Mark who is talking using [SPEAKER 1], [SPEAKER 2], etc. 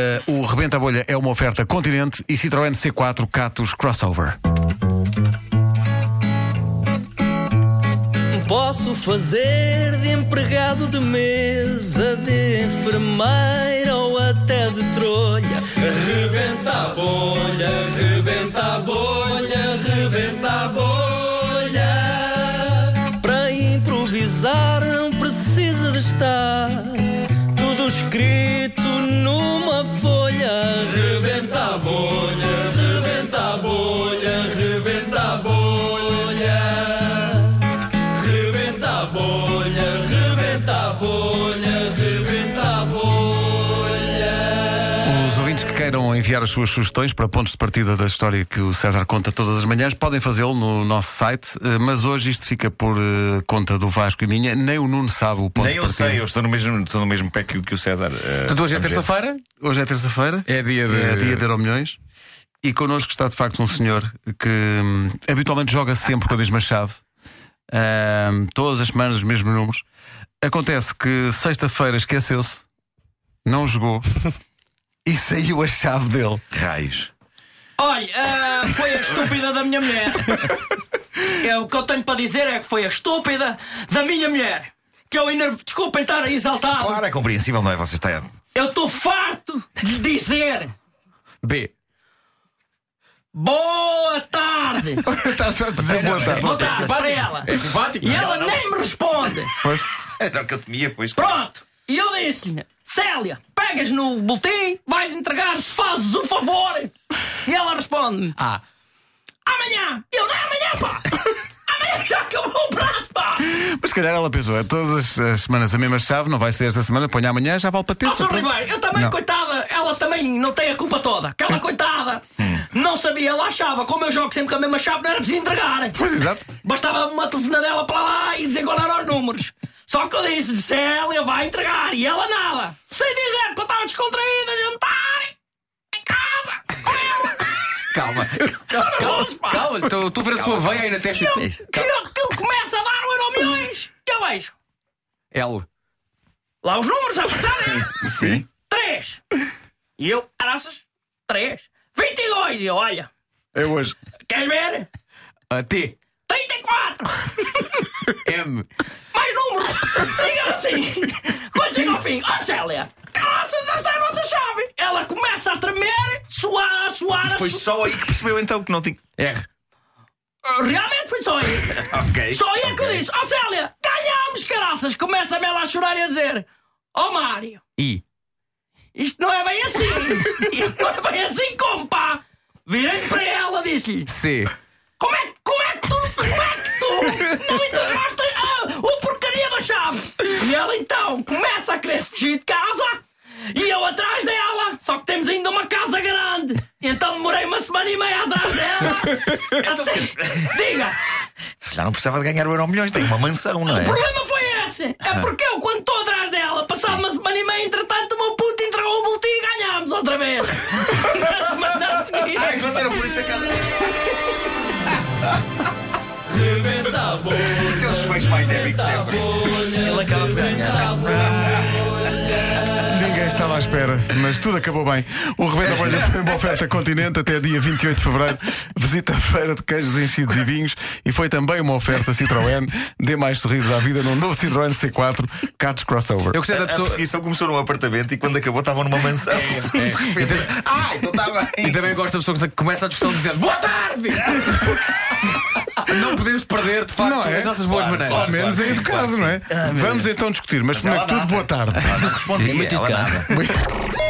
[SPEAKER 1] Eh, o Rebenta a Bolha é uma oferta Continente e Citroën C4 Catos Crossover.
[SPEAKER 2] Posso fazer de empregado de mesa, de enfermeira ou até de trolha. Rebenta a bolha, rebenta a bolha, rebenta a bolha. Para improvisar não precisa de estar tudo escrito numa folha. Rebenta a bolha, rebenta a bolha, rebenta a bolha. Rebenta a bolha, rebenta a bolha, rebenta a bolha.
[SPEAKER 1] Os ouvintes que queiram enviar as suas sugestões para pontos de partida da história que o César conta todas as manhãs podem fazê-lo no nosso site, eh, mas hoje isto fica por eh, conta do Vasco e minha. Nem o Nuno sabe o ponto
[SPEAKER 3] Nem
[SPEAKER 1] de
[SPEAKER 3] eu
[SPEAKER 1] partida.
[SPEAKER 3] sei, eu estou no mesmo, estou no mesmo pé que, o- que o César. eh,
[SPEAKER 4] Portanto, hoje é
[SPEAKER 3] vamos ver.
[SPEAKER 4] terça-feira,
[SPEAKER 1] Hoje é terça-feira,
[SPEAKER 4] é dia de.
[SPEAKER 1] é dia de Euromilhões e connosco está de facto um senhor que hum, habitualmente joga sempre com a mesma chave, Ahm, Hum, todas as semanas os mesmos números. Acontece que sexta-feira esqueceu-se, não jogou e saiu a chave dele.
[SPEAKER 3] Raios.
[SPEAKER 5] Olha, ah, foi a estúpida da minha mulher. É, o que eu tenho para dizer é que foi a estúpida da minha mulher. Que eu enervo. Desculpem estar exaltado.
[SPEAKER 3] Claro, é compreensível, não é? Você está.
[SPEAKER 5] Eu estou farto de dizer
[SPEAKER 4] B.
[SPEAKER 5] boa tarde.
[SPEAKER 1] Estás só a dizer boa tarde.
[SPEAKER 5] Boa tarde para ela.
[SPEAKER 4] É simpático.
[SPEAKER 5] E ela nem me responde.
[SPEAKER 3] Era o que eu temia, pois.
[SPEAKER 5] Pronto. E eu disse-lhe, Célia, pegas no boletim, vais entregar, se fazes o favor. E ela responde-me,
[SPEAKER 4] Ah,
[SPEAKER 5] amanhã. E eu, não é amanhã, pá. Amanhã já acabou o prazo, pá.
[SPEAKER 1] Mas se calhar ela pensou, é todas as, as semanas a mesma chave, não vai ser esta semana, ponha amanhã, já vale para
[SPEAKER 5] Ó,
[SPEAKER 1] terça.
[SPEAKER 5] Sr.
[SPEAKER 1] pronto.
[SPEAKER 5] Ribeiro, eu também,
[SPEAKER 1] Então, Não.
[SPEAKER 5] coitada, ela também não tem a culpa toda. Aquela coitada não sabia, ela achava, como eu jogo sempre com a mesma chave, não era preciso entregar.
[SPEAKER 1] Pois exato.
[SPEAKER 5] Bastava uma telefonadela para lá e desengonar os números. Só que eu disse, Célia vai entregar e ela nada. Sem dizer que eu estava descontraída, a jantar, em casa,
[SPEAKER 4] calma.
[SPEAKER 5] nervoso, pá.
[SPEAKER 4] Calma, Ah, então, tu, tu vês a sua veia aí na testa.
[SPEAKER 5] E ele- que ele- que ele começa a dar o euro milhões e eu vejo.
[SPEAKER 4] L.
[SPEAKER 5] Lá os números a passarem.
[SPEAKER 3] Sim.
[SPEAKER 5] 3. E eu, graças, 3. 22. E eu, olha,
[SPEAKER 1] É hoje.
[SPEAKER 5] queres ver?
[SPEAKER 4] A T.
[SPEAKER 5] 34.
[SPEAKER 4] M.
[SPEAKER 5] Mais número. E eu assim, quando chega ao fim, ó Célia, graças, esta é a nossa chave. Ela começa a tremer, suar, a suar, a
[SPEAKER 3] Foi
[SPEAKER 5] su-
[SPEAKER 3] só aí que percebeu então que não tinha.
[SPEAKER 4] R.
[SPEAKER 5] Realmente foi só aí.
[SPEAKER 3] Ok.
[SPEAKER 5] Só aí é que eu disse, ó Célia, ganhámos, graças. Começa-me ela a chorar e a dizer, ó Mário.
[SPEAKER 4] I.
[SPEAKER 5] Isto não é bem assim! Isto não é bem assim, como pá! Virei para ela e disse-lhe:
[SPEAKER 4] C.
[SPEAKER 5] Como é, como é que tu, como é que tu não entregaste a, o porcaria da chave? E ela então começa a querer fugir de casa e eu atrás dela, só que temos ainda uma casa grande. E então demorei uma semana e meia atrás dela. Assim, diga,
[SPEAKER 3] Se lá não precisava de ganhar o euro milhões, tem uma mansão, não é?
[SPEAKER 5] o problema foi esse! É porque eu, quando estou atrás dela, passado uma semana e meia, entretanto, o meu puto entregou o boletim e ganhámos outra vez! Na semana a seguir!
[SPEAKER 3] Ah, enquanto era por isso a casa. Os seus feios um mais épicos sempre.
[SPEAKER 5] Ele acaba por ganhar.
[SPEAKER 1] Ninguém estava à espera, mas tudo acabou bem. O Rebenta Bolha foi uma oferta continente até dia 28 de fevereiro. Visita a feira de queijos enchidos e vinhos e foi também uma oferta Citroën. Dê mais sorrisos à vida num novo Citroën C4 Catos Crossover.
[SPEAKER 4] Eu gostei da
[SPEAKER 3] A
[SPEAKER 4] pessoa.
[SPEAKER 3] perseguição começou num apartamento e quando acabou estavam numa mansão. De repente, Ah, então está
[SPEAKER 4] E
[SPEAKER 3] bem.
[SPEAKER 4] também gosto da pessoa que começa a discussão dizendo Boa tarde! não podemos perder, de facto,
[SPEAKER 1] Não é?
[SPEAKER 4] as nossas boas
[SPEAKER 3] Claro,
[SPEAKER 4] maneiras.
[SPEAKER 1] Ao menos é
[SPEAKER 3] Claro, sim,
[SPEAKER 1] educado,
[SPEAKER 3] claro, sim.
[SPEAKER 1] não é? Vamos então discutir, mas primeiro
[SPEAKER 3] ela
[SPEAKER 1] que tudo,
[SPEAKER 3] nada.
[SPEAKER 1] boa tarde.
[SPEAKER 3] Ah, não respondia, ela nada.